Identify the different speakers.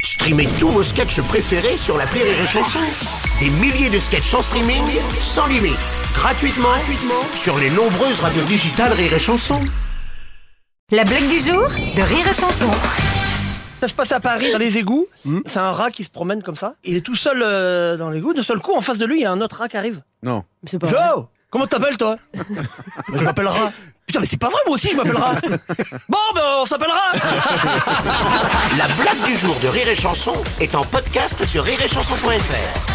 Speaker 1: Streamez tous vos sketchs préférés sur la Rire et Chanson. Des milliers de sketchs en streaming, sans limite, gratuitement, gratuitement sur les nombreuses radios digitales Rire et Chanson.
Speaker 2: La blague du jour de Rire et Chanson.
Speaker 3: Ça se passe à Paris, dans les égouts. C'est un rat qui se promène comme ça. Il est tout seul euh, dans l'égout. De seul coup, en face de lui, il y a un autre rat qui arrive.
Speaker 4: Non.
Speaker 2: C'est
Speaker 3: Il
Speaker 2: pas
Speaker 3: fait, Oh Comment t'appelles, toi Bah, Je m'appelle rat. Putain, mais c'est pas vrai, moi aussi, je m'appelle rat. Bon, ben, on s'appellera
Speaker 1: La blague du jour de Rire et Chanson est en podcast sur rireetchanson.fr.